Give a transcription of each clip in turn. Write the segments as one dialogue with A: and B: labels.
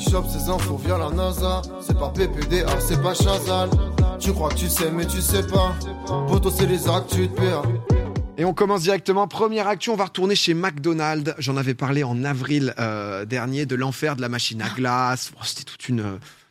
A: chope ces infos via la NASA. C'est pas PPDA, ah, c'est pas Chazal. Tu crois que tu sais, mais tu sais pas. Poto, c'est les actes, tu te perds.
B: Et on commence directement. Première action, on va retourner chez McDonald's. J'en avais parlé en avril euh, dernier de l'enfer de la machine à glace. Oh, C'était toute une,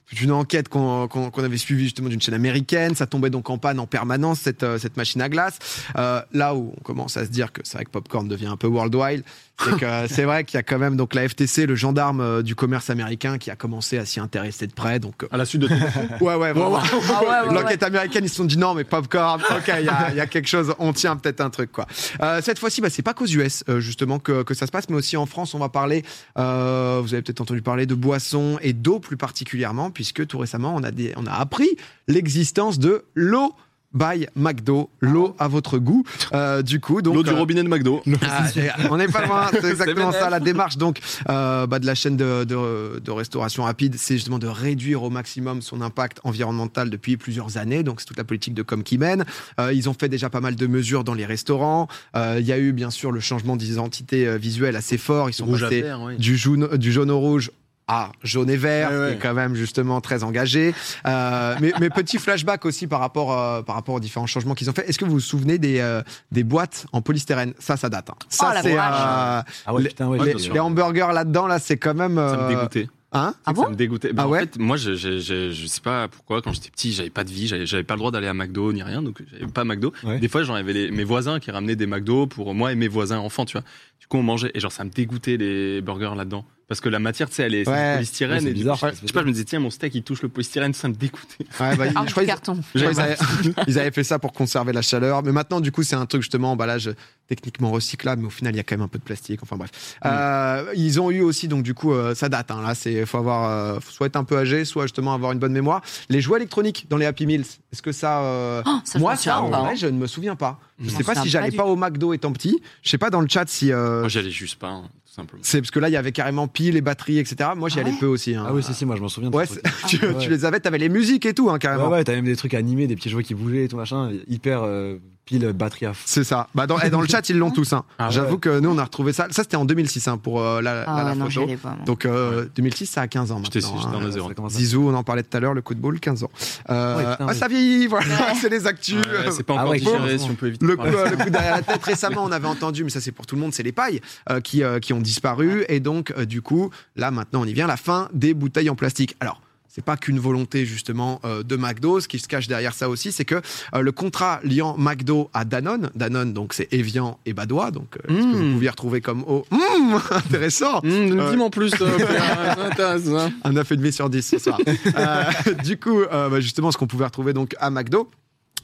B: toute une enquête qu'on qu'on- qu'on avait suivie justement d'une chaîne américaine. Ça tombait donc en panne en permanence, cette, euh, cette machine à glace. Euh, là où on commence à se dire que c'est vrai que Popcorn devient un peu worldwide, c'est que c'est vrai qu'il y a quand même donc la FTC, le gendarme euh, du commerce américain, qui a commencé à s'y intéresser de près. Donc, euh,
C: À la suite de ton
B: ouais, ouais, vraiment.
D: Ah ouais, ouais, ouais.
B: L'enquête américaine, ils se sont dit non, mais popcorn, ok, il y, a- il y a quelque chose, on tient peut-être un truc, quoi. Euh, cette fois-ci, bah, c'est pas qu'aux US, euh, justement, que, que ça se passe, mais aussi en France, on va parler, euh, vous avez peut-être entendu parler de boissons et d'eau plus particulièrement, puisque tout récemment, on a, des- on a appris l'existence de l'eau by McDo, l'eau à votre goût. Euh, du coup, donc.
C: L'eau du
B: euh,
C: robinet de McDo.
B: ah, et on n'est pas loin, c'est exactement ça la démarche donc euh, bah, de la chaîne de, de- de restauration rapide, c'est justement de réduire au maximum son impact environnemental depuis plusieurs années. Donc c'est toute la politique de com qui mène. Euh, ils ont fait déjà pas mal de mesures dans les restaurants. Euh, Il y a eu bien sûr le changement d'identité euh, visuelle assez fort. Ils sont
C: Rouge à
B: passés
C: terre, oui.
B: du jaune, du jaune au rouge à jaune et vert,
C: Ouais, ouais.
B: qui est quand même justement très engagé. Euh, mais, mais petit flashback aussi par rapport, euh, par rapport aux différents changements qu'ils ont fait. Est-ce que vous vous souvenez des, euh, des boîtes en polystyrène Ça, ça date. hein. Ça,
D: Oh, la
B: c'est
D: vache.
E: Ah ouais,
B: les-
E: putain, ouais,
C: les-
E: bien
B: euh,
E: sûr.
B: les hamburgers là-dedans, là, c'est quand même.
C: Ça me
B: euh,
C: dégoûtait.
B: Hein
D: Ah
C: ça
D: bon
C: me dégoûtait. Bah,
B: Ah
C: en
B: ouais
C: fait, moi, je, je, je, je sais pas pourquoi, quand j'étais petit, j'avais pas de vie, j'avais, j'avais pas le droit d'aller à McDo ni rien, donc j'avais pas McDo.
E: Ouais.
C: Des fois, j'en avais les- mes voisins qui ramenaient des McDo pour moi et mes voisins enfants, tu vois. Du coup, on mangeait, et genre, ça me dégoûtait les burgers là-dedans. Parce que la matière, tu sais, elle est, c'est du
B: Ouais.
C: polystyrène.
E: Ouais, c'est
C: et du
E: bizarre,
C: coup,
E: ouais,
C: je,
E: c'est
C: je sais pas, je me disais, tiens, mon steak, il touche le polystyrène, ça me dégoûtait.
B: Ouais, bah,
D: Arme
B: je crois qu'ils-
D: de Ah, carton.
B: je crois
C: J'avais
B: qu'ils avaient, ils avaient fait ça pour conserver la chaleur. Mais maintenant, du coup, c'est un truc justement emballage techniquement recyclable, mais au final, il y a quand même un peu de plastique. Enfin bref. Euh, ils ont eu aussi, donc du coup, euh, ça date. Hein, là, c'est faut avoir, euh, faut soit être un peu âgé, soit justement avoir une bonne mémoire. Les jouets électroniques dans les Happy Meals, est-ce que ça. euh,
D: Oh, ça, je
B: Moi,
D: m'en
B: ça,
D: souviens
B: en
D: pas,
B: vrai,
D: hein.
B: je ne me souviens pas. Je
C: Je
B: sais
D: m'en
B: pas si
D: souviens pas
B: j'allais
D: du
B: pas au McDo étant petit. Je sais pas dans le chat si. euh,
C: Moi, j'y allais juste pas, hein, tout simplement.
B: c'est parce que là, il y avait carrément pile et batterie, etc. Moi, j'y
D: Ah
B: allais
D: ouais
B: peu aussi. hein.
E: Ah oui, si, si, moi je m'en souviens. de
B: Ouais,
E: ce
B: c'est-
E: truc.
B: tu,
E: Ah ouais.
B: tu les avais, t'avais les musiques et tout,
D: Bah
B: hein,
E: Ouais,
B: carrément.
E: ouais, t'as même des trucs animés, des petits jouets qui bougeaient et tout machin, hyper euh, pile batterie à fond.
B: C'est ça. Bah dans, eh, dans le chat, ils l'ont tous. Hein.
C: Ah ouais.
B: J'avoue que nous, on a retrouvé ça. Ça, c'était en 2006 hein, pour euh, la, la-
D: Ah
B: la
D: ouais, non, j'y
B: photo.
D: allais pas. moi.
B: Donc euh, 2006, ça a 15 ans
C: J'étais
B: maintenant.
C: j'étais
B: hein.
C: dans le zéro.
E: Ça commence à-
B: Zizou, on en parlait tout à l'heure, le coup de boule, 15 ans. Euh,
E: Ouais, putain,
B: ah,
E: oui.
B: ça vieillit, voilà,
D: Ouais.
B: c'est les actus.
C: Ouais, c'est pas
E: Ah
C: encore
E: ouais,
C: digéré,
E: complètement.
C: si on peut éviter. de
B: Le coup,
C: parler.
B: euh, le coup derrière la tête, récemment, on avait entendu, mais ça c'est pour tout le monde, c'est les pailles euh, qui, euh, qui ont disparu. Et donc, euh, du coup, là maintenant, on y vient, la fin des bouteilles en plastique. Alors, c'est pas qu'une volonté justement euh, de McDo, ce qui se cache derrière ça aussi, c'est que euh, le contrat liant McDo à Danone, Danone donc c'est Evian et Badois, donc euh, ce que vous
C: Mm.
B: pouviez retrouver comme eau, Hum, intéressant,
C: Mmh,
B: Euh,
C: Dis-moi en plus. euh, ça m'intéresse, hein.
B: un 9,5 sur 10 ce soir. Euh, du coup, euh, bah, justement, ce qu'on pouvait retrouver donc à McDo.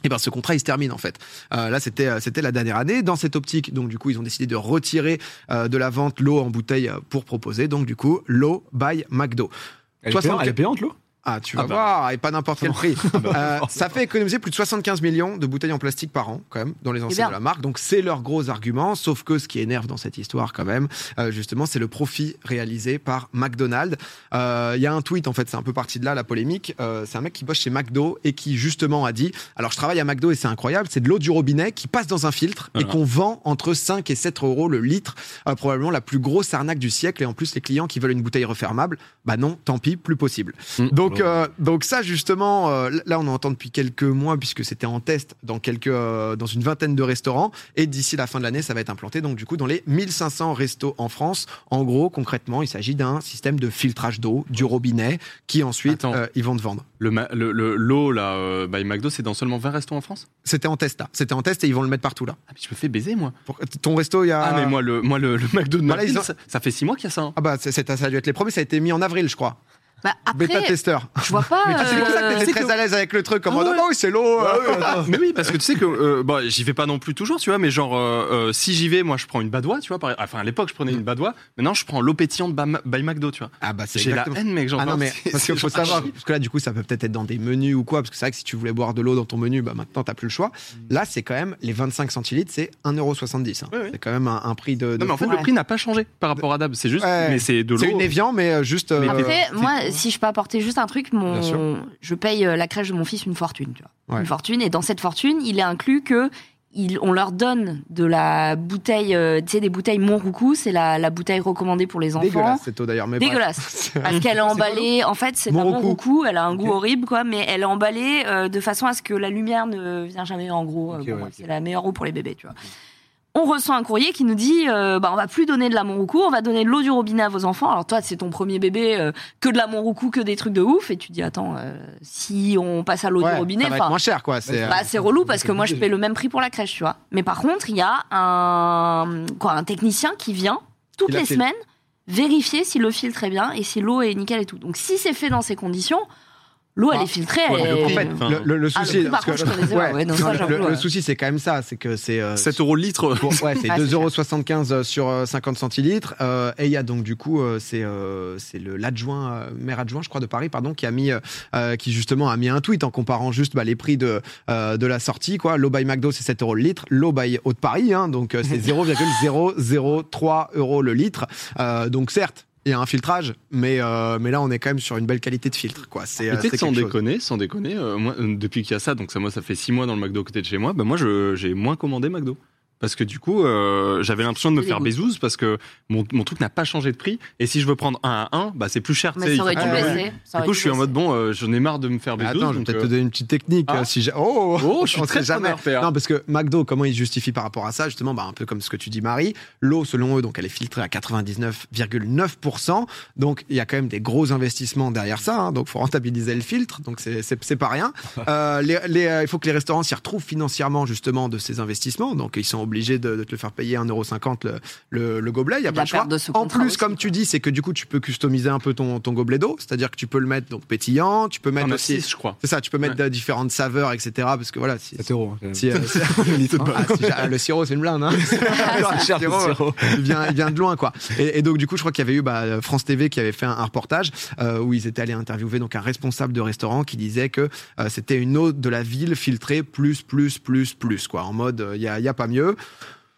B: Et ben, ce contrat, il se termine en fait. Euh, là, c'était euh, c'était la dernière année. Dans cette optique, donc du coup, ils ont décidé de retirer euh, de la vente l'eau en bouteille euh, pour proposer donc du coup l'eau by McDo.
E: Elle est payante,
B: 64
E: elle est payante, l'eau
B: Ah, tu vas
C: Ah bah. Ah
B: voir, et pas n'importe quel prix. Euh,
E: forcément.
B: ça fait économiser plus de 75 millions de bouteilles en plastique par an, quand même, dans les enseignes
D: bien.
B: de la marque. Donc, c'est leur gros argument. Sauf que ce qui énerve dans cette histoire, quand même, euh, justement, c'est le profit réalisé par McDonald's. Euh, Il y a un tweet, en fait, c'est un peu parti de là, la polémique. Euh, c'est un mec qui bosse chez McDo et qui, justement, a dit Alors, je travaille à McDo et c'est incroyable, c'est de l'eau du robinet qui passe dans un filtre et
C: Voilà.
B: qu'on vend entre 5 et 7 euros le litre. Euh, probablement la plus grosse arnaque du siècle. Et en plus, les clients qui veulent une bouteille refermable, bah non, tant pis, plus possible.
C: Mm.
B: Donc, euh, donc ça justement, euh, là on en entend depuis quelques mois puisque c'était en test dans quelques, euh, dans une vingtaine de restaurants et d'ici la fin de l'année ça va être implanté. Donc du coup dans les 1500 restos en France, en gros concrètement il s'agit d'un système de filtrage d'eau du robinet qui ensuite
C: Attends.
B: euh, ils vont te vendre.
C: Le ma- le- le- l'eau là, euh, by McDo, c'est dans seulement 20 restos en France
B: C'était en test là, c'était en test et ils vont le mettre partout là.
C: Ah, mais je me fais baiser moi.
B: Pour- Ton resto il y a.
C: Ah, mais moi le, moi, le, le McDo de
B: Bah là, ils
C: Naples,
B: ont-
C: ça, ça fait 6 mois qu'il y a ça. hein.
B: Ah bah c'est- c'est- ça a dû être les premiers, ça a été mis en avril je crois.
D: Bah,
B: Bêta
D: après, euh,
B: testeur.
D: je vois pas.
B: Ah, c'est pour ça que
D: euh,
B: t'étais très à l'aise avec le truc en
C: Ah
B: mode
C: ouais.
B: Ah bah oui c'est l'eau. euh.
C: mais oui, parce que tu sais que euh, bah, j'y vais pas non plus toujours, tu vois, mais genre euh, euh, si j'y vais, moi je prends une badoie, tu vois. par- Enfin, à l'époque, je prenais une badoie, maintenant je prends l'eau pétillante by, Ma- by McDo, tu vois.
B: Ah bah Mm. c'est
C: J'ai la
B: exactement
C: haine, mec, genre.
B: Ah non,
C: enfin,
B: mais
C: c'est-
B: parce
C: c'est
B: qu'il faut
C: genre-
B: savoir, parce que là, du coup, ça peut peut-être être dans des menus ou quoi, parce que c'est vrai que si tu voulais boire de l'eau dans ton menu, bah maintenant, t'as plus le choix.
C: Mm.
B: Là, c'est quand même les 25 centilitres, c'est 1,70€. hein.
C: Ouais, ouais.
B: C'est quand même un, un prix de. de
C: Non, mais en
B: fou.
C: fait, le prix n'a pas changé par rapport à Dab, c'est juste,
B: Ouais.
C: mais c'est de l'eau.
B: c'est une Evian, mais euh, juste. euh,
D: Après,
C: t'es-
D: moi, si je peux apporter juste un truc,
B: Bien sûr.
D: mon... je paye euh, la crèche de mon fils une fortune, tu vois.
B: Ouais.
D: Une fortune, et dans cette fortune, il est inclus que ils- on leur donne de la bouteille, euh, tu sais, des bouteilles Montroucou, c'est la, la bouteille recommandée pour les enfants.
B: Dégueulasse cette eau d'ailleurs. mais bref.
D: Dégueulasse. Parce qu'elle est emballée, en fait, c'est un
B: Moroku.
D: bon coup, elle a un goût horrible, quoi, mais elle est emballée euh, de façon à ce que la lumière ne vient jamais, en gros. euh,
E: Ok,
D: bon,
E: ouais,
D: bref,
E: ok.
D: C'est la meilleure eau pour les bébés, tu vois. On reçoit un courrier qui nous dit euh, bah, on va plus donner de la Monroucou, on va donner de l'eau du robinet à vos enfants. Alors toi, c'est ton premier bébé, euh, que de la Monroucou, que des trucs de ouf. Et tu te dis attends, euh, si on passe à l'eau
B: Ouais,
D: du robinet,
B: ça va être
D: enfin,
B: moins cher quoi. C'est euh,
D: bah, c'est relou parce que moi je
E: compliqué.
D: paie le même prix pour la crèche, tu vois. Mais par contre, il y a un, quoi, un technicien qui vient toutes
B: Il a
D: les
B: fait-
D: semaines vérifier si le filtre est bien et si l'eau est nickel et tout. Donc si c'est fait dans ces conditions, l'eau elle
B: Ah.
D: est filtrée. elle
C: Ouais,
D: est-
C: le
B: en fait,
C: Enfin,
B: le, le- le
D: Ah, le
B: souci,
D: prix, par
B: parce que-
D: contre, je connaissais pas.
B: Ouais,
D: Ouais, non,
B: non,
D: ça,
B: le-
D: j'avoue, euh.
B: le,
D: ouais.
B: souci, c'est quand même ça, c'est que c'est euh,
C: 7 euros le litre.
B: Pour- ouais, c'est
D: Ah, c'est
B: 2,75€ euh, sur euh, 50 centilitres. Euh, et il y a donc du coup, euh, c'est euh, c'est le l'adjoint, euh, maire adjoint, je crois, de Paris, pardon, qui a mis, euh, euh, qui justement a mis un tweet en comparant juste bah, les prix de, euh, de la sortie. quoi. L'eau by McDo, c'est 7 euros le litre. L'eau by Haut de Paris, hein, donc euh, c'est 0,003 euros le litre. Euh, donc certes, il y a un filtrage, mais, euh, mais là, on est quand même sur une belle qualité de filtre. quoi. C'est
C: Mais
B: euh,
C: peut-être
B: c'est
C: sans
B: quelque chose.
C: déconner, sans déconner, euh, moi, euh, depuis qu'il y a ça, donc ça, moi, ça fait 6 mois dans le McDo à côté de chez moi, bah, moi, je- j'ai moins commandé McDo. Parce que du coup, euh, j'avais l'impression de me
D: C'est
C: faire
D: dégoûtant.
C: bézouze parce que mon, mon truc n'a pas changé de prix. Et si je veux prendre un à un, bah, c'est plus cher. tu sais,
D: Mais
C: il
D: ça
C: faut
D: aurait dû
B: Ah,
C: prendre le
B: ouais.
D: baisser.
C: Du
D: ça aurait
C: coup,
D: dû
C: je suis en
D: baisser.
C: mode, bon, euh, j'en ai marre de me faire
B: Mais
C: bézouze.
B: attends, je vais
C: donc,
B: peut-être
C: euh,
B: te donner une petite technique.
C: Ah.
B: euh, si j'ai- oh,
C: Oh, je suis
B: on
C: très
B: sait jamais.
C: preneur, Pierre.
B: Non, parce que McDo, comment ils justifient par rapport à ça Justement, bah, un peu comme ce que tu dis, Marie. L'eau, selon eux, donc elle est filtrée à 99,9%. Donc, il y a quand même des gros investissements derrière ça. hein. donc, faut rentabiliser le filtre. Donc, c'est- c'est c'est pas rien. Euh, les- les, euh, il faut que les restaurants s'y retrouvent financièrement, justement, de ces investissements. Donc, ils sont obligés de, de te le faire payer 1,50€ le, le, le gobelet. Il n'y a
D: De
B: pas
D: la
B: de choix.
D: perte de ce
B: en
D: contrat
B: plus,
D: aussi,
B: comme tu dis, c'est que du coup, tu peux customiser un peu ton, ton gobelet d'eau. C'est-à-dire que tu peux le mettre donc pétillant, tu peux mettre
C: on a
B: aussi.
C: 6, je crois.
B: C'est ça, tu peux mettre de- différentes saveurs, etc. Parce que voilà, si.
E: 7 euros. hein, quand même.
B: si, euh, si-
E: Le litre, hein.
B: ah, si- ah, le sirop, c'est une blinde. Hein.
E: C'est Ah, cher, le
B: sirop, ouais.
E: sirop.
B: il, vient, il vient de loin, quoi. Et, et donc, du coup, je crois qu'il y avait eu bah, France TV qui avait fait un, un reportage euh, où ils étaient allés interviewer donc, un responsable de restaurant qui disait que euh, c'était une eau de la ville filtrée plus, plus, plus, plus, quoi. En mode, euh, il n'y a, y a pas mieux.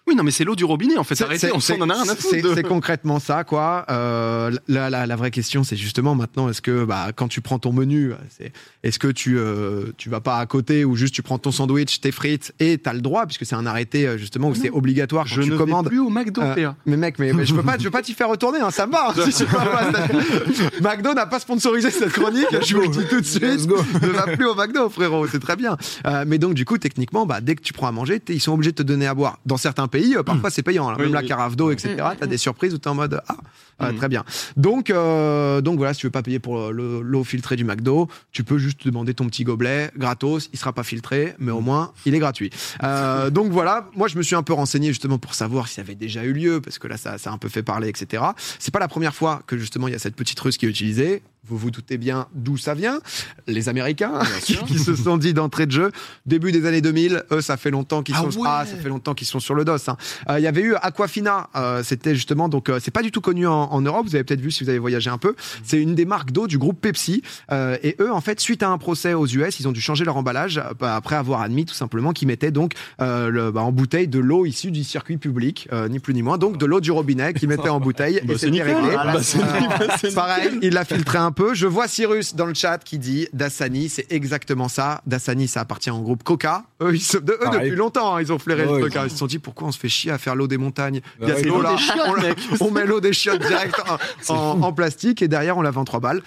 C: Oui, non, mais c'est l'eau du robinet, en fait.
B: C'est-
C: Arrêtez,
B: c'est-
C: on s'en en a rien à
B: c'est- c'est-
C: foutre. de-
B: C'est concrètement ça, quoi. Euh, la, la, la vraie question, c'est justement maintenant, est-ce que bah, quand tu prends ton menu, c'est- est-ce que tu, euh, tu vas pas à côté ou juste tu prends ton sandwich, tes frites et t'as le droit, puisque c'est un arrêté euh, justement où c'est obligatoire quand
C: Je
B: tu
C: ne vais
B: commandes.
C: plus hein. au McDo,
B: Euh,
C: Pierre.
B: Mais mec, mais, mais je peux pas, je peux pas t'y faire retourner, hein, ça me va. hein, si tu vas pas, ça- McDo n'a pas sponsorisé cette chronique, je vous le dis tout de
E: Let's
B: suite.
E: go.
B: Ne va plus au McDo, frérot, c'est très bien. Euh, mais donc, du coup, techniquement, bah, dès que tu prends à manger, t'es- ils sont obligés de te donner à boire. Dans certains pays, euh, parfois c'est payant, hein,
C: Hmm. Oui,
B: même la
C: oui. Hmm.
B: carafe d'eau, etc.
D: Mm, mm,
B: T'as des surprises où t'es en mode ah, euh,
C: Mm.
B: très bien. Donc, euh, donc voilà, si tu veux pas payer pour le- l'eau filtrée du McDo, tu peux juste demander ton petit gobelet gratos. Il sera pas filtré, mais
C: Hmm.
B: au moins il est gratuit. Euh, donc voilà, moi je me suis un peu renseigné justement pour savoir si ça avait déjà eu lieu, parce que là ça, ça a un peu fait parler, etc. C'est pas la première fois que justement il y a cette petite ruse qui est utilisée. Vous vous doutez bien d'où ça vient. Les Américains qui,
C: sûr.
B: qui se sont dit d'entrée de jeu, début des années 2000, eux ça fait longtemps qu'ils
C: Ah
B: sont
C: ouais.
B: ah, ça fait longtemps qu'ils sont sur le dos. hein. Euh, Il y avait eu Aquafina, euh, c'était justement donc euh, c'est pas du tout connu en, en Europe. Vous avez peut-être vu si vous avez voyagé un peu. C'est une des marques d'eau du groupe Pepsi. Euh, et eux, en fait, suite à un procès aux US, ils ont dû changer leur emballage euh, bah, après avoir admis tout simplement qu'ils mettaient donc euh, le- bah, en bouteille de l'eau issue du circuit public, euh, ni plus ni moins, donc de l'eau du robinet qu'ils mettaient en bouteille.
C: Bah,
B: et
C: c'est
B: c'était
C: nickel.
B: réglé.
C: Bah, c'est
B: Voilà.
C: nickel, c'est
B: Pareil, il l'a filtré un peu. Je vois Cyrus dans le chat qui dit Dasani, c'est exactement ça. Dasani, ça appartient au groupe Coca. Eux, ils sont- de- eux,
E: Pareil.
B: depuis longtemps, hein, ils ont flairé
E: Ouais,
B: le truc.
E: ouais.
B: hein. Ils se sont dit pourquoi on se fait chier à faire l'eau des montagnes. Il y a
E: Ouais,
B: cette
E: l'eau
B: eau-là.
C: des chiottes,
B: on, la-
C: mec.
B: on met l'eau des chiottes direct en, en- en plastique et derrière, on la vend 3 balles.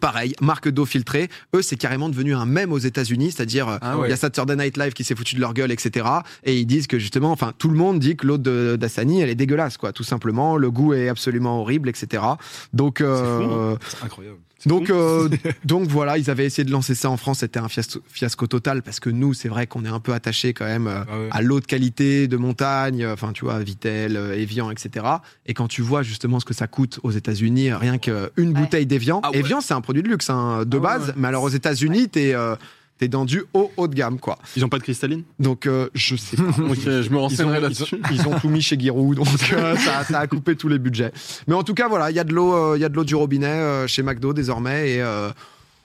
B: Pareil, marque d'eau filtrée. Eux, c'est carrément devenu un mème aux États-Unis, c'est-à-dire euh,
E: Ah
B: il
E: ouais.
B: y a Saturday Night Live qui s'est foutu de leur gueule, etc. Et ils disent que justement, enfin, tout le monde dit que l'eau de- d'Assani, elle est dégueulasse, quoi, tout simplement. Le goût est absolument horrible, etc. Donc, euh,
E: C'est incroyable.
B: donc, euh, donc voilà, ils avaient essayé de lancer ça en France. C'était un fiasco, fiasco total parce que nous, c'est vrai qu'on est un peu attaché quand même euh,
E: Ah ouais.
B: à l'eau de qualité de montagne. euh, Enfin, tu vois, Vitel, euh, Evian, etc. Et quand tu vois justement ce que ça coûte aux États-Unis, rien qu'une bouteille d'Evian.
C: Ah ouais.
B: Evian, c'est un produit de luxe hein, de
E: Ah ouais,
B: base,
E: ouais.
B: mais alors aux États-Unis, t'es euh, t'es dans du haut haut de gamme, quoi.
C: Ils ont pas de cristalline
B: Donc euh, je sais pas.
C: Ok, je me
B: Ils ont,
C: renseignerai
B: ils,
C: là-dessus.
B: ont- ils ont tout mis chez Giroud, donc euh, ça, ça a coupé tous les budgets. Mais en tout cas, voilà, il y a de l'eau, euh, il y a de l'eau du robinet euh, chez McDo désormais, et euh,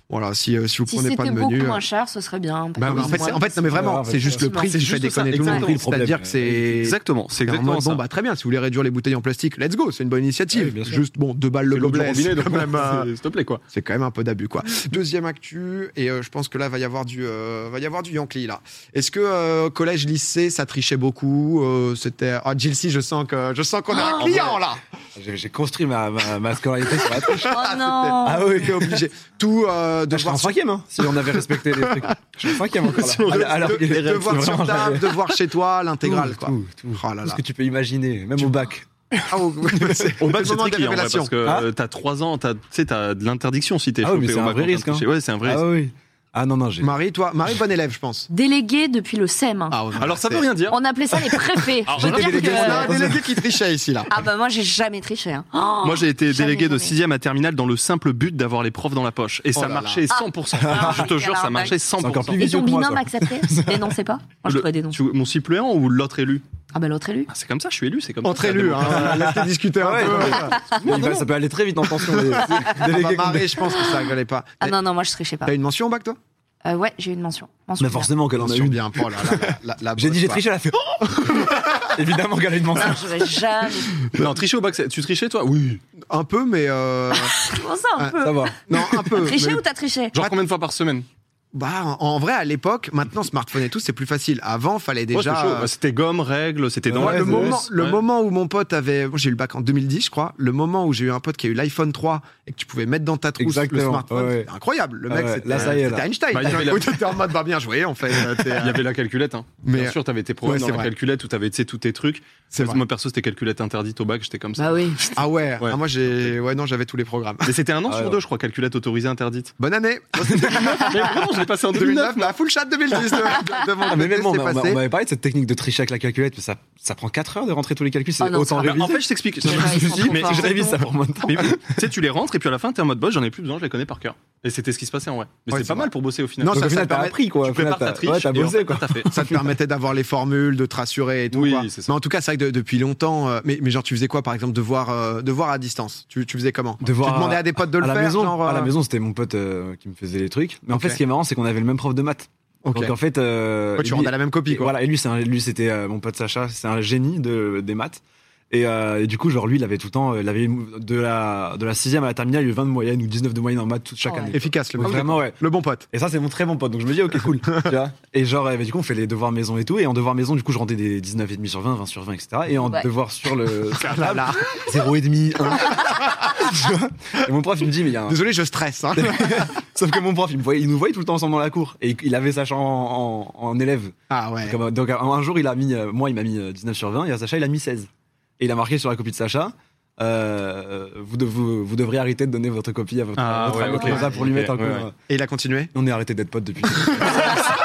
B: Voilà, si, euh, si vous
D: Si
B: prenez pas
D: c'était
B: de
D: beaucoup
B: menu. euh,
D: moins cher, ce serait bien.
B: bah,
D: parce
B: en
D: que
B: fait,
D: moi,
B: c'est- en fait, non mais vraiment,
E: Ouais,
B: c'est juste le
D: effectivement.
B: prix qui fait
C: C'est juste
B: déconner
C: ça,
B: tout le
C: exactement.
B: monde. C'est-à-dire que c'est
C: Exactement, c'est
B: c'est en
C: exactement
B: mode,
C: ça.
B: bon bah très bien, si vous voulez réduire les bouteilles en plastique, let's go, c'est une bonne initiative.
E: Oui, bien sûr.
B: juste bon, deux balles le
C: C'est l'eau du
B: gobelet,
C: robinet,
B: c'est
C: donc,
B: quand même, euh,
C: c'est- s'il te plaît quoi.
B: c'est quand même un peu d'abus quoi. Deuxième actu et euh, je pense que là va y avoir du euh, va y avoir du Yankee là. Est-ce que euh, collège lycée ça trichait beaucoup euh, c'était ah Jilcy, je sens que je sens qu'on a un
D: Ah,
B: client là.
E: J'ai j'ai construit ma, ma, ma scolarité sur la triche.
D: Oh non
B: Ah oui, t'es obligé. Tout euh,
E: Je serais en
B: devoir sur-
E: cinquième, hein, si on avait respecté les trucs. Je serais en cinquième encore
B: de-
E: là. Alors que les
B: de-
E: règles,
B: devoir
E: c'est
B: sur
E: vraiment-
B: table, devoir chez toi, l'intégrale
E: Tout,
B: quoi.
E: Tout, tout.
B: Oh là
E: Tout ce
B: là.
E: que tu peux imaginer, même au bac.
B: Ah, oh, c'est-
C: Au
B: le
C: bac, c'est
B: moment de la
C: tricky, en vrai,
B: révélation.
C: parce que
E: Ah.
C: euh, t'as 3 ans, t'as- tu sais, t'as de l'interdiction si t'es
E: Ah oui, mais
C: chopé
E: c'est
C: au
E: un
C: bac
E: vrai
C: en train de
E: risque, hein.
C: tricher. Ouais, c'est un vrai risque.
E: Ah oui. Ah non, non, j'ai.
B: Marie toi, Marie bon élève je pense.
D: Délégué depuis le SEM.
B: Ah, ouais,
C: Alors ça
B: c'est-
C: veut rien dire.
D: On appelait ça les préfets.
C: Alors,
D: Je veux
C: j'étais
D: dire
E: délégué,
D: que-
B: On a un
E: Euh,
B: délégué qui trichait ici là.
D: Ah bah moi j'ai jamais triché. hein. Oh
C: Moi, j'ai été
D: jamais,
C: délégué de
D: jamais.
C: 6ème à terminale dans le simple but d'avoir les profs dans la poche. Et
B: Oh
C: ça
B: là là.
C: marchait 100%.
D: Ah.
C: Je te jure, ça marchait
E: encore
C: 100%.
E: plus
D: Et ton
E: que moi,
D: binôme
E: ça.
D: acceptait Dénoncez pas Moi je
C: Le-
D: trouvais des noms.
C: Tu veux mon suppléant ou l'autre élu
D: Ah bah l'autre élu.
C: Ah, C'est comme ça, je suis élu, c'est comme ça.
B: Entre
C: ça,
B: élus,
C: la
B: hein, laissez discuter un
E: Ah ouais,
B: peu.
E: Il va- bah, ça peut aller très vite en tension. les- les
B: Ah bah,
E: délégués
B: Marie, je pense que ça rigolait pas.
D: Ah
B: T'as-
D: non, non, moi je trichais pas.
B: T'as une mention au bac, toi
D: Euh, ouais, j'ai eu une mention. Mention
E: Mais
D: bien.
E: forcément qu'elle en a
B: Mention
E: une.
B: bien. oh là là, la- la- la
E: Ah, J'ai dit
B: bosse,
E: j'ai
B: quoi.
E: triché, elle a fait. Oh Évidemment qu'elle a une mention.
D: Non, j'aurais jamais.
B: hein.
C: bonne- Non, tricher au bac, c'est- tu trichais toi Oui.
B: Un peu, mais. euh,
D: Comment ça
B: Ah,
D: un peu
E: Ça va.
B: Non, un peu.
D: Triché
B: mais-
D: ou t'as triché
C: Genre
B: Pas-
C: combien de fois par semaine
B: Bah, en- en vrai, à l'époque, maintenant, smartphone et tout, c'est plus facile. Avant, fallait
C: Ouais,
B: déjà.
C: c'était chaud.
B: euh,
C: Bah, C'était gomme, règle, c'était dans
B: moi,
E: Ouais,
B: le
E: c'est-
B: moment, le
C: Ouais.
B: moment où mon pote avait. moi, j'ai eu le bac en 2010, je crois. Le moment où j'ai eu un pote qui a eu l'iPhone 3 et que tu pouvais mettre dans ta trousse le
E: Exactement,
B: smartphone,
E: ouais, ouais.
B: c'était incroyable. Le
E: Ah
B: mec,
E: ouais,
B: c'était
E: là, ça y est,
B: c'était
E: là.
B: Einstein.
C: Bah, il y avait la-
B: Oui, t'étais en mode, bah bien joué, en fait. Euh, t'es, euh,
C: Il y avait la calculette. Hein.
B: Mais-
C: Bien sûr, t'avais tes programmes
B: Ouais,
C: dans
B: c'est
C: la
B: vrai.
C: calculette où t'avais tu sais, tous tes trucs.
B: c'est vrai.
C: Moi perso, c'était calculette interdite au bac, j'étais comme ça.
D: Bah oui.
B: Ah ouais,
C: Ouais.
B: ah, moi, j'ai. Ouais, non, j'avais tous les programmes.
C: Mais c'était un an
E: Ah,
C: sur
E: ouais.
C: deux, je crois, calculette autorisée interdite.
B: Bonne année
C: Ah, Mais vraiment, je l'ai passé en
B: 2009,
C: 2009.
B: la bah, full chat 2010 de, de, de mon
E: Ah, mais
B: côté,
E: même, on,
B: c'est
E: m'a- on m'a-
B: passé.
E: on m'avait parlé de cette technique de tricher avec la calculette, mais ça, ça prend 4 heures de rentrer tous les calculs, c'est
D: Ah non,
E: autant
D: ça-
C: Bah,
E: réviser.
C: en fait, je t'explique.
D: Ouais, ils sont trop
C: Mais
D: forts.
E: je révise ça pour moi.
C: Mais oui, tu sais, tu les rentres et puis à la fin, t'es en mode boss, j'en ai plus besoin, je les connais par cœur. Et c'était ce qui se passait en vrai. Mais
B: Ouais,
C: c'est
B: c'est
C: pas
B: vrai.
C: mal pour bosser au final.
B: Non,
E: Donc,
B: ça- ça
E: au final, t'as
B: permet-
E: appris quoi.
C: tu
E: Au final,
C: prépares ta
E: t'as
C: triche.
E: ouais, t'as
C: et en
E: bossé
C: fait,
E: quoi.
C: t'as fait.
B: ça te permettait d'avoir les formules, de te rassurer et tout.
C: Oui,
B: quoi.
C: c'est ça.
B: Mais en tout cas, c'est vrai que de- depuis longtemps. euh, mais, mais genre, tu faisais quoi, par exemple, devoir, euh, devoir à distance tu, tu faisais comment
E: Devoir
B: Tu demandais
E: à-
B: à des potes de le
E: à la
B: faire
E: maison,
B: genre,
E: à la
B: euh,
E: maison, c'était mon pote euh, qui me faisait les trucs. Mais en
B: Ok.
E: fait, ce qui est marrant, c'est qu'on avait le même prof de maths.
B: Ok.
E: Donc en fait, euh,
B: Quoi, tu
E: lui-
B: rendais la même copie,
E: et
B: quoi.
E: voilà. Et lui, c'est un- lui, c'était euh, mon pote Sacha, c'est un génie de, des maths. Et, euh, et du coup, genre lui, il avait tout le temps, euh, il avait de la de la sixième à la terminale, il y a eu 20 de moyenne ou 19 de moyenne en maths toute chaque
B: Oh,
D: Ouais.
E: année.
B: Efficace, le,
E: Donc,
B: mec.
E: vraiment, ouais.
B: le bon pote.
E: Et ça, c'est mon très bon pote. Donc je me dis, ok, cool. tu vois. Et genre, euh, bah, du coup, on fait les devoirs maison et tout. Et en devoir maison, du coup, je rendais des 19,5 sur 20, 20 sur 20, etc. Et en
D: Ouais.
E: devoir sur le.
B: Ah là là.
E: 0,5, 1. tu vois et mon prof, il me dit, mais il y a un.
B: Désolé, je stresse. hein.
E: Sauf que mon prof, il, me voyait, il nous voyait tout le temps ensemble dans la cour. Et il avait Sacha en, en, en élève.
B: Ah ouais.
E: Comme, euh, donc un un jour, il a mis. euh, moi, il m'a mis euh, 19 sur 20. Et à Sacha, il a mis 16. Et il a marqué sur la copie de Sacha. euh, vous, de- vous, vous devrez arrêter de donner votre copie à votre,
C: Ah,
E: votre
C: ouais,
E: ami
C: ok.
E: comme ça pour lui
C: Ok,
E: mettre un coup.
C: ouais, ouais.
E: euh,
B: Et il a continué
E: on est arrêté d'être potes depuis. ça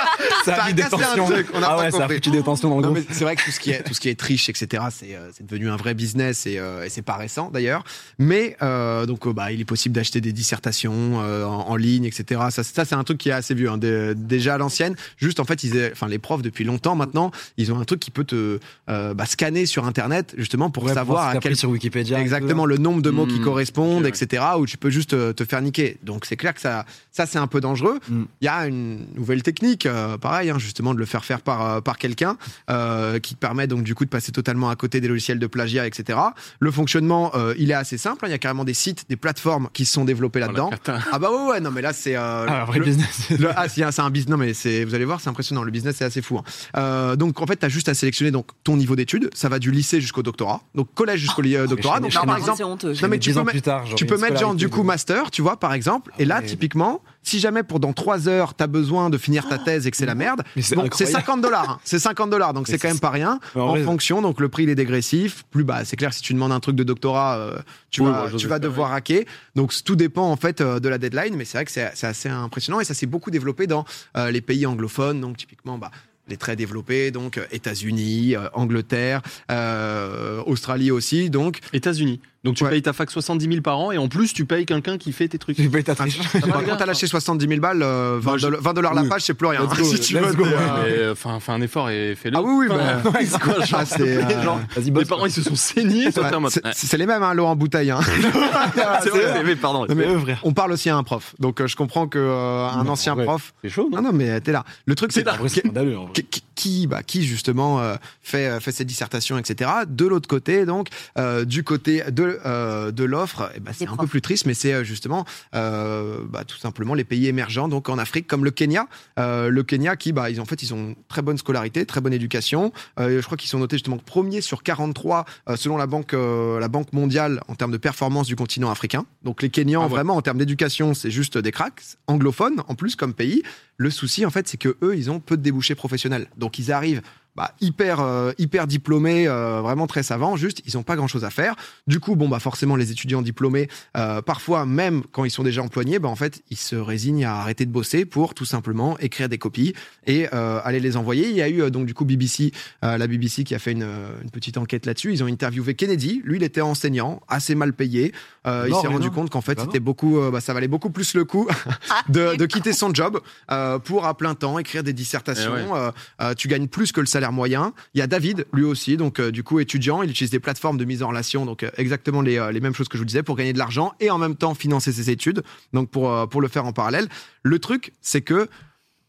B: Ça
E: a
B: a
E: mis des
B: cassé un
E: tensions.
B: truc, on a
E: ah
B: pas
E: ouais, ça a
B: compris.
E: foutu des tensions dans le
B: Non,
E: groupe.
B: mais c'est vrai que tout ce qui est, tout ce qui est triche, etc., c'est euh, c'est devenu un vrai business et, euh, et c'est pas récent d'ailleurs. Mais euh, donc, euh, bah, il est possible d'acheter des dissertations euh, en, en ligne, etc. Ça, ça c'est un truc qui est assez vieux, hein, dé- déjà à l'ancienne. Juste, en fait, ils, aient- enfin, les profs depuis longtemps maintenant, ils ont un truc qui peut te euh, bah, scanner sur Internet justement pour
E: Ouais,
B: savoir
E: voir ce
B: à
E: t'as
B: quel
E: pris sur Wikipédia.
B: Exactement, le nombre de mots qui
C: Mm.
B: correspondent,
C: Ok, ouais.
B: etc., où tu peux juste euh, te faire niquer. Donc c'est clair que ça, ça c'est un peu dangereux. Il
E: Mm.
B: y a une nouvelle technique, euh, pareil, hein, justement, de le faire faire par, euh, par quelqu'un, euh, qui te permet donc du coup de passer totalement à côté des logiciels de plagiat, etc. Le fonctionnement, euh, il est assez simple. hein. Il y a carrément des sites, des plateformes qui se sont développées là-dedans. ah bah ouais, ouais, non, mais là c'est... euh,
E: Ah, un vrai
B: le-
E: business.
B: le- ah, si, hein, c'est un business. Non, mais c'est, vous allez voir, c'est impressionnant. Le business, c'est assez fou. hein. Euh, donc, en fait, tu as juste à sélectionner donc, ton niveau d'études. Ça va du lycée jusqu'au doctorat. Donc, collège jusqu'au li- euh, doctorat.
E: Ah, mais
B: Donc,
E: je
B: par
E: connais-
B: exemple,
D: c'est honteux.
B: non, mais tu
E: Dix
B: peux
E: ans
B: mettre-
E: plus tard, genre,
B: tu peux
E: une
B: mettre genre du
E: scolarité
B: coup
E: de-
B: master, tu vois, par exemple.
E: Ah
B: et là,
E: ouais.
B: typiquement, si jamais pour dans 3 heures, t'as besoin de finir ta thèse et que c'est la merde,
E: Mais Ah, c'est
B: bon, c'est
E: incroyable.
B: 50 dollars. hein. C'est 50 dollars, donc
E: Mais
B: c'est quand
E: c'est-
B: même pas rien.
E: Mais en
B: En
E: vrai-
B: fonction, donc le prix il est dégressif. Plus bas, c'est clair, si tu demandes un truc de doctorat, euh, tu,
C: Oui,
B: vas,
C: moi, j'ose
B: tu vas
C: espérer.
B: devoir hacker. Donc tout dépend en fait euh, de la deadline, mais c'est vrai que c'est c'est assez impressionnant et ça s'est beaucoup développé dans euh, les pays anglophones, donc typiquement. Bah, les très développés, donc euh, États-Unis, euh, Angleterre, euh, Australie aussi, donc
C: États-Unis. Donc tu
B: Ouais.
C: payes ta fac 70 000 par an et en plus tu payes quelqu'un qui fait tes trucs.
E: Tu peux être
B: Par
E: attrapé.
C: pas
B: contre,
C: grave.
B: t'as lâché 70 000 balles, euh, 20,
C: Moi, je-
B: dollars- 20 dollars la
E: Oui.
B: page, c'est plus rien.
E: Let's go,
B: si tu
E: let's
B: veux,
E: go.
B: t'es, euh,
E: Ouais.
C: Mais, enfin, fais un effort et fais-le.
B: Ah oui, oui,
C: Enfin,
B: bah,
C: c'est quoi, genre,
B: Ah, c'est, euh,
C: genre,
E: Vas-y,
C: mes
E: bosse.
C: parents ils se sont saignés. toi, t'es en mode,
B: c'est-
C: ouais.
B: c'est les mêmes, hein, l'eau en bouteille. hein.
C: C'est
B: c'est
C: vrai,
B: vrai.
C: mais pardon.
E: Non, mais eux, frère.
B: On parle aussi à un prof, donc euh, je comprends que euh, un
E: Non,
B: ancien
E: ouais.
B: prof.
C: C'est chaud,
B: Non,
C: non
B: non, mais euh, t'es là. Le truc, c'est
E: En vrai, c'est scandaleux. en vrai.
B: qui- qui- qui, bah, qui justement euh, fait, euh, fait ses dissertations, etc. De l'autre côté, donc, euh, du côté de, euh, de l'offre, eh ben, c'est
D: Des
B: un peu
D: profs.
B: plus triste, mais c'est euh, justement euh, bah, tout simplement les pays émergents, donc en Afrique, comme le Kenya. Euh, le Kenya qui, bah, ils, en fait, ils ont très bonne scolarité, très bonne éducation. Euh, je crois qu'ils sont notés justement premiers sur 43 euh, selon la banque, euh, la banque mondiale en termes de performance du continent africain. Donc les Kenyans,
C: Ah ouais.
B: vraiment, en termes d'éducation, c'est juste des cracks, anglophones en plus comme pays. Le souci, en fait, c'est que eux, ils ont peu de débouchés professionnels. Donc, ils arrivent bah, hyper, euh, hyper diplômés, euh, vraiment très savants. Juste, ils n'ont pas grand-chose à faire. Du coup, bon, bah, forcément, les étudiants diplômés, euh, parfois, même quand ils sont déjà employés, bah, en fait, ils se résignent à arrêter de bosser pour tout simplement écrire des copies et euh, aller les envoyer. Il y a eu euh, donc du coup BBC, euh, la BBC qui a fait une, euh, une petite enquête là-dessus. Ils ont interviewé Kennedy. Lui, il était enseignant, assez mal payé. Euh, il
E: Non,
B: s'est
E: mais
B: rendu
E: non.
B: compte qu'en fait,
E: Bah non.
B: c'était beaucoup, euh, bah, ça valait beaucoup plus le coup de, de quitter son job euh, pour à plein temps écrire des dissertations.
C: Eh ouais.
B: Euh, euh, tu gagnes plus que le salaire moyen. Il y a David, lui aussi, donc euh, du coup étudiant, il utilise des plateformes de mise en relation, donc euh, exactement les, euh, les mêmes choses que je vous disais, pour gagner de l'argent et en même temps financer ses études, donc pour, euh, pour le faire en parallèle. Le truc, c'est que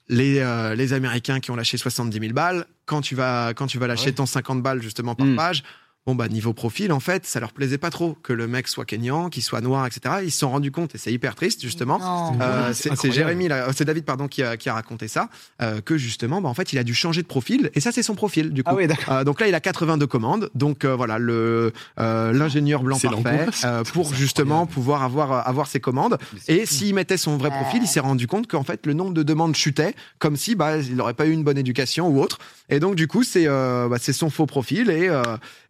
B: les, euh, les Américains qui ont lâché 70 000 balles, quand tu vas, quand tu vas lâcher
E: Ouais.
B: ton 50 balles justement par
C: Mm.
B: page, bon bah niveau profil en fait, ça leur plaisait pas trop que le mec soit kenyan, qu'il soit noir, etc. Ils se sont rendus compte et c'est hyper triste justement.
D: Non.
B: Euh,
E: Ouais, c'est
B: c'est c'est
E: incroyable.
B: Jérémy, là, euh, c'est David pardon qui a, qui a raconté ça, euh, que justement, bah, en fait, il a dû changer de profil et ça c'est son profil du coup.
E: Ah ouais, d'accord.
B: Euh, donc là, il a 82 commandes. Donc euh, voilà, le euh, l'ingénieur blanc
C: C'est
B: parfait
C: l'angoisse.
B: euh, pour
E: C'est
B: justement
E: incroyable.
B: pouvoir avoir euh, avoir ses commandes. Et s'il mettait son vrai profil, il s'est rendu compte qu'en fait le nombre de demandes chutait, comme si bah il n'aurait pas eu une bonne éducation ou autre. Et donc du coup, c'est euh, bah, c'est son faux profil et euh,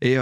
B: et euh,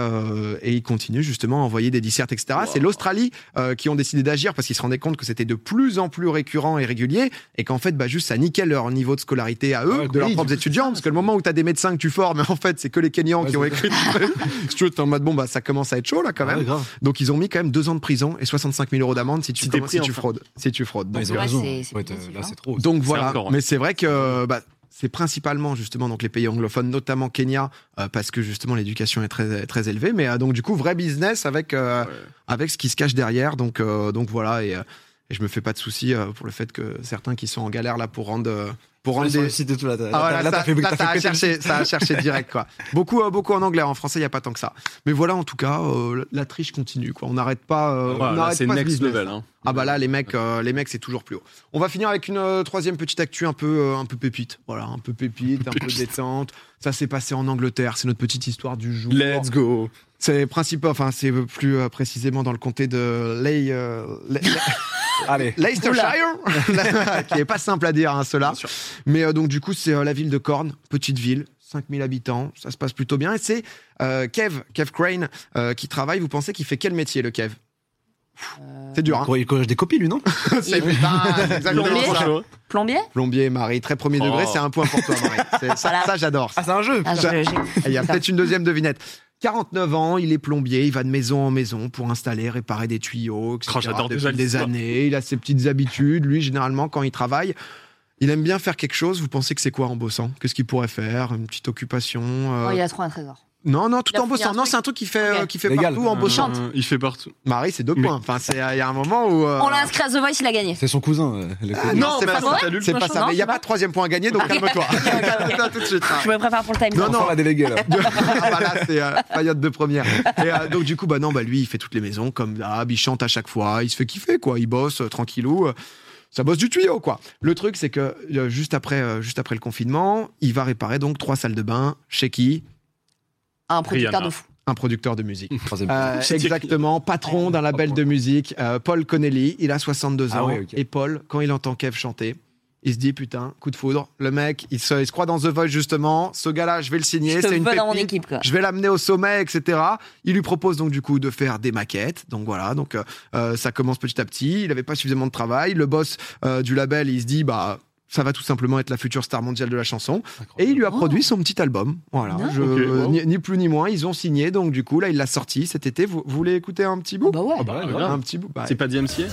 B: et il continue justement à envoyer des dissertes, etc. C'est l'Australie euh, qui ont décidé d'agir parce qu'ils se rendaient compte que c'était de plus en plus récurrent et régulier et qu'en fait bah juste ça niquait leur niveau de scolarité à eux,
E: Ouais,
B: de leurs
E: oui,
B: propres
E: du coup,
B: étudiants, parce que le moment où t'as des médecins que tu formes, en fait c'est que les Kenyans
E: Ouais,
B: qui ont écrit. des trucs. si tu veux, t'es en mode bon bah ça commence à être chaud là quand
E: Ah
B: même.
E: ouais, grave.
B: Donc ils ont mis quand même deux ans de prison et 65 000 euros d'amende si tu,
C: Si t'es
B: commen-
C: pris,
B: si tu
C: enfin.
B: fraudes. Si tu fraudes. Donc,
E: Non, Bah, ils ont
D: Ouais,
E: raison.
D: c'est- c'est
E: Ouais, t'as-
D: positif,
E: Là,
D: hein.
E: c'est trop.
B: donc voilà.
C: encore, ouais.
B: Mais c'est vrai que bah, c'est principalement justement donc les pays anglophones, notamment Kenya, euh, parce que justement l'éducation est très très élevée. Mais euh, donc du coup vrai business avec euh,
C: Ouais.
B: avec ce qui se cache derrière. Donc euh, donc voilà et, euh, et je me fais pas de soucis euh, pour le fait que certains qui sont en galère là pour rendre euh, pour
E: On
B: rendre
E: est sur
B: des-
E: le site et tout, là, t'as-
B: ah voilà,
E: là, t'as
B: ça-
E: fait
B: là,
E: t'as
B: ça
E: fait
B: a
E: péter le
B: cherché, ça a cherché direct quoi. Beaucoup, euh, beaucoup en anglais, en français il y a pas tant que ça. Mais voilà, en tout cas, euh, la triche continue quoi. On n'arrête pas, euh, on
C: Voilà, là,
B: n'arrête
C: c'est
B: pas ce
C: next
B: business.
C: level. hein.
B: Ah bah là les mecs, euh, les mecs c'est toujours plus haut. On va finir avec une euh, troisième petite actu un peu, euh, un peu pépite. Voilà, un peu pépite, un peu détente. Ça s'est passé en Angleterre, c'est notre petite histoire du jour.
C: Let's go.
B: C'est principal, enfin c'est plus euh, précisément dans le comté de Ley, euh, Ley-
E: truc. Allez.
B: Leicestershire, qui est pas simple à dire, hein, cela.
C: Bien sûr.
B: Mais euh, donc, du coup, c'est euh, la ville de Corne, petite ville, 5000 habitants, ça se passe plutôt bien. Et c'est euh, Kev, Kev Crane, euh, qui travaille. Vous pensez qu'il fait quel métier, le Kev C'est dur, hein
E: Il corrige des copies, lui, non
B: C'est putain,
D: Plombier
B: exactement ça.
D: Plombier
B: Plombier, Marie, très premier degré,
C: Oh.
B: c'est un point pour toi, Marie. C'est- Ça,
D: Voilà.
B: ça, j'adore.
E: Ah, c'est un jeu
D: Ah, je- j'ai-
B: Et Il y a peut-être une deuxième devinette. 49 ans, il est plombier, il va de maison en maison pour installer, réparer des tuyaux, etc.
C: Oh, j'adore
B: depuis
C: déjà
B: des
C: l'histoire.
B: années, il a ses petites habitudes. Lui, généralement, quand il travaille, il aime bien faire quelque chose. Vous pensez que c'est quoi en bossant Qu'est-ce qu'il pourrait faire Une petite occupation euh,
D: Oh, il a trop un trésor.
B: Non, non, tout
D: il a
B: en
D: fouillé
B: bossant.
D: un
B: Non,
D: truc.
B: c'est un truc qui fait,
D: Ok.
B: euh, qui fait
E: Légal.
B: partout en
C: Euh,
B: bossant.
C: Il fait partout.
B: Marie, c'est deux points. Enfin, c'est- il y a un moment où. euh,
D: On l'a inscrit à The Voice, il a gagné.
E: C'est son cousin. euh, le cousin.
B: Ah Non, c'est
C: mais
B: pas
C: attends,
B: ça.
C: t'as lu le
B: C'est Ah, pas
C: machin
B: ça.
D: non,
B: Mais il n'y a
D: c'est
B: pas de troisième point à gagner, donc
D: Ok.
B: calme-toi.
D: ok, ok.
B: Attends, tout de suite. hein.
D: Je me prépare pour le timing.
B: Non,
E: On
B: non.
E: sort la déléguée, là.
B: De- Ah bah là, c'est euh, Fayette de première. Et euh, donc, du coup, bah non, bah lui, il fait toutes les maisons comme d'hab, il chante à chaque fois, il se fait kiffer, quoi. Il bosse euh, tranquillou. euh, ça bosse du tuyau, quoi. Le truc, c'est que euh, juste, après, euh, juste après le confinement, il va réparer donc trois salles de bain chez qui
D: Un producteur
C: Rihanna.
D: de fou.
B: Un producteur de musique.
E: Troisième.
B: Euh,
C: C'est
B: exactement, patron d'un label de musique, euh, Paul Connelly. Il a 62 ans.
E: Ah ouais, ok.
B: Et Paul, quand il entend Kev chanter, il se dit putain, coup de foudre. Le mec, il se, il se croit dans The Voice justement. Ce gars-là, je vais le signer.
D: Je te
B: C'est une
D: veux dans mon
B: pépite.
D: équipe, quoi.
B: Je vais l'amener au sommet, etc. Il lui propose donc du coup de faire des maquettes. Donc voilà, donc euh, euh, ça commence petit à petit. Il n'avait pas suffisamment de travail. Le boss euh, du label, il se dit bah Ça va tout simplement être la future star mondiale de la chanson. Et
C: Incroyable.
B: il lui a
D: Oh.
B: produit son petit album. Voilà.
D: Nice.
B: Je- euh,
C: Ok, wow.
B: ni, ni plus ni moins, ils ont signé. Donc, du coup, là, il l'a sorti cet été. Vous, vous voulez écouter un petit bout
D: Bah ouais.
C: Ah bah,
B: Ouais,
C: grave.
B: Un petit bout. bah,
C: C'est pas DMCA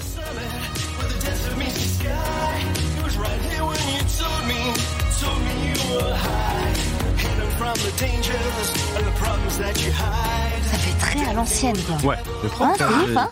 D: Ça fait très à l'ancienne, quoi.
C: Ouais.
D: Hein, c'est ouf, hein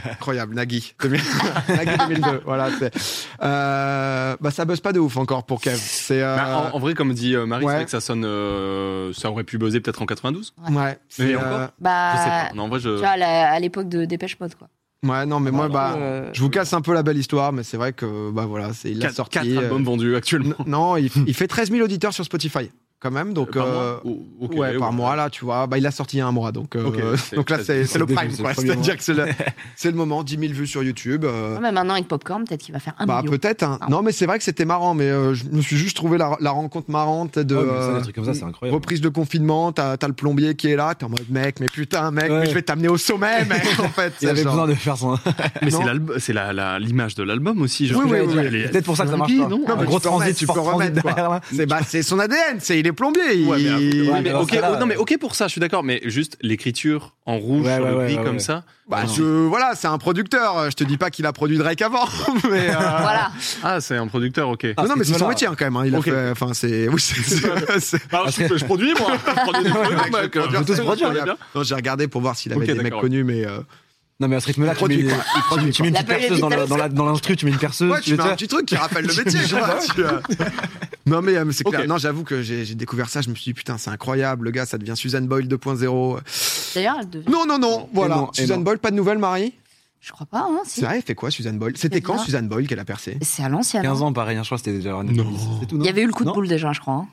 B: Incroyable, Nagui. 2000 Nagui 2002. Voilà, c'est. Euh, bah, ça buzz pas de ouf encore pour Kev. C'est. euh,
C: Bah, en, en vrai, comme dit euh, Marie,
B: ouais.
C: c'est vrai que ça sonne. euh, ça aurait pu buzzer peut-être en 92
B: ouais. c'est,
C: Mais encore
B: euh,
C: Je sais
D: Bah,
C: pas. Non, en vrai, je.
D: tu vois, à la- à l'époque de Dépêche Mode, quoi.
B: Ouais, non, mais
C: Ah,
B: moi, bah,
D: Euh,
B: je vous casse un peu la belle histoire, mais c'est vrai que, bah voilà, c'est il a
C: 4,
B: sorti. euh,
C: albums vendus
B: n-
C: actuellement.
B: non, il, il fait 13 000 auditeurs sur Spotify, quand même. Donc,
C: Par
B: euh,
C: mois Ou- ok,
B: ouais, par
C: ouais.
B: mois là, tu vois, bah il a sorti il y a un mois, donc euh,
C: Ok, c'est-
B: donc là c'est
C: c'est-
B: c'est le
E: c'est le
B: prime,
E: début,
B: quoi.
E: c'est le premier
B: C'est-à-dire que c'est le, c'est le moment, 10 000 vues sur YouTube. euh,
D: ouais, mais maintenant, avec Popcorn, peut-être qu'il va faire un
B: bah
D: million.
B: peut-être. hein.
D: Ah.
B: Non, mais c'est vrai que c'était marrant, mais euh, je me suis juste trouvé la, la rencontre marrante de.
E: Ah ouais, mais ça,
B: euh,
E: des trucs comme ça, c'est incroyable.
B: Reprise de confinement, t'as t'as le plombier qui est là, t'es en mode mec, mais putain, mec,
E: Ouais.
B: mais je vais t'amener au sommet, mec, en fait.
E: Il
B: c'est
E: avait
B: genre-
E: besoin de faire son.
C: Mais
B: Non.
C: c'est l'alb- c'est la- la- l'image de l'album aussi. Genre,
B: Oui, oui,
C: Elle-
B: oui,
C: elle est-
E: Peut-être pour ça que ça marche
B: Nagui,
E: pas.
B: non, mais
E: Un
B: tu
E: gros
B: peux remettre,
E: transit,
B: tu
E: tu peux
B: peux
E: transit
B: remettre, quoi.
E: derrière là.
B: C'est bah, c'est son ADN, c'est il est plombier. il-
C: Ouais, mais après-
E: Ouais,
C: oui,
E: mais
C: mais
E: dans
C: ok,
E: ce cas-là,
C: oh, non, mais
E: euh,
C: ok pour ça, je suis d'accord, mais juste l'écriture en rouge
E: Ouais,
C: sur le
E: ouais,
C: gris
E: ouais,
C: comme
E: ouais.
C: ça.
B: Bah,
C: Ah, non.
B: je, voilà, c'est un producteur. Je te dis pas qu'il a produit Drake avant, mais. euh,
D: Voilà.
C: Ah, c'est un producteur, ok.
E: Ah,
B: non, non, mais
E: c'est
B: c'est son
E: voilà.
B: métier hein, quand même. hein, Il a
C: Ok.
B: fait- Enfin, c'est. Oui, c'est- c'est- c'est-
C: Ah, je, je produis, moi. Je produis des trucs,
B: Ouais,
C: mec.
B: je- je- je-
C: On est
B: je- je-
C: bien.
B: Non, j'ai regardé pour voir s'il avait
C: Ok,
B: des mecs
C: d'accord.
B: connus, mais. euh,
E: Non, mais à ce rythme-là, tu mets
B: produit,
E: tu mets-
B: quoi.
E: tu mets une
D: La
E: petite perceuse dans le- dans la- dans l'instru, tu mets une perceuse.
B: Ouais, tu
E: veux
B: fais un
E: dire-
B: petit truc qui rappelle le métier. tu vois, tu, euh. Non, mais euh, c'est clair.
C: Ok.
B: Non, j'avoue que j'ai j'ai découvert ça. Je me suis dit, putain, c'est incroyable. Le gars, ça devient Suzanne Boyle 2.0.
D: D'ailleurs, elle devait-
B: Non, non, non. Voilà.
E: non, et
B: Suzanne
E: non.
B: Boyle, pas de nouvelles, Marie
D: je crois pas, hein, si.
B: C'est vrai, elle fait quoi, Suzanne Boyle C'était
D: Elle
B: quand
D: vient.
B: Suzanne Boyle qu'elle a percé
D: C'est à l'ancienne.
E: 15
D: hein.
E: ans, pareil, hein, je crois que c'était déjà.
C: Non.
E: C'est tout, non
D: Il y avait eu le coup de
E: Non
D: boule déjà, je crois. hein.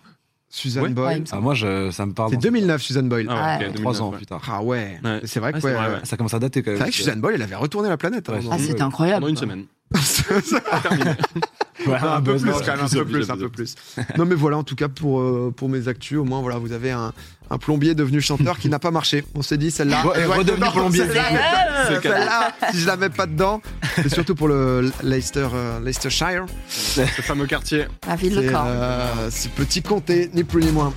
B: Suzanne
C: Ouais.
D: Ouais, il
B: Boyle.
D: me semble.
E: Ah, moi, je- ça me parle.
B: C'est 2009, Suzanne Boyle.
C: Ah, ouais,
D: Ouais.
C: ok,
E: 3
C: 2009,
E: ans,
C: ouais.
E: putain.
B: Ah ouais,
C: Ouais.
B: c'est vrai que,
C: Ouais, c'est
B: ouais,
C: vrai,
B: ouais.
C: ouais.
E: Ça commence à dater quand
B: C'est
E: même.
B: vrai que Suzanne Boyle, elle avait retourné la planète. hein, à un
E: Ouais,
B: moment.
D: Ah,
E: Ouais,
D: c'était
E: ouais.
D: incroyable.
C: Pendant une semaine. Terminé.
E: Ouais,
B: Non, un peu
E: buzz,
B: plus,
E: ouais.
B: quand même, un peu
C: Bizarre,
B: plus, un
C: bizarre,
B: peu plus. Non, mais voilà, en tout cas, pour, euh, pour mes actus, au moins, voilà, vous avez un, un plombier devenu chanteur qui n'a pas marché. On s'est dit, celle-là.
E: Ouais,
B: elle
E: et
B: doit être
E: redevenu
B: dedans,
E: plombier.
B: celle-là,
D: Ouais.
C: C'est canon.
B: Celle-là, si je la mets pas dedans, c'est surtout pour le Leicester, euh, Leicestershire.
C: Ce fameux quartier.
D: La ville
B: C'est
D: de corps.
B: euh, ce petit comté, ni plus ni moins.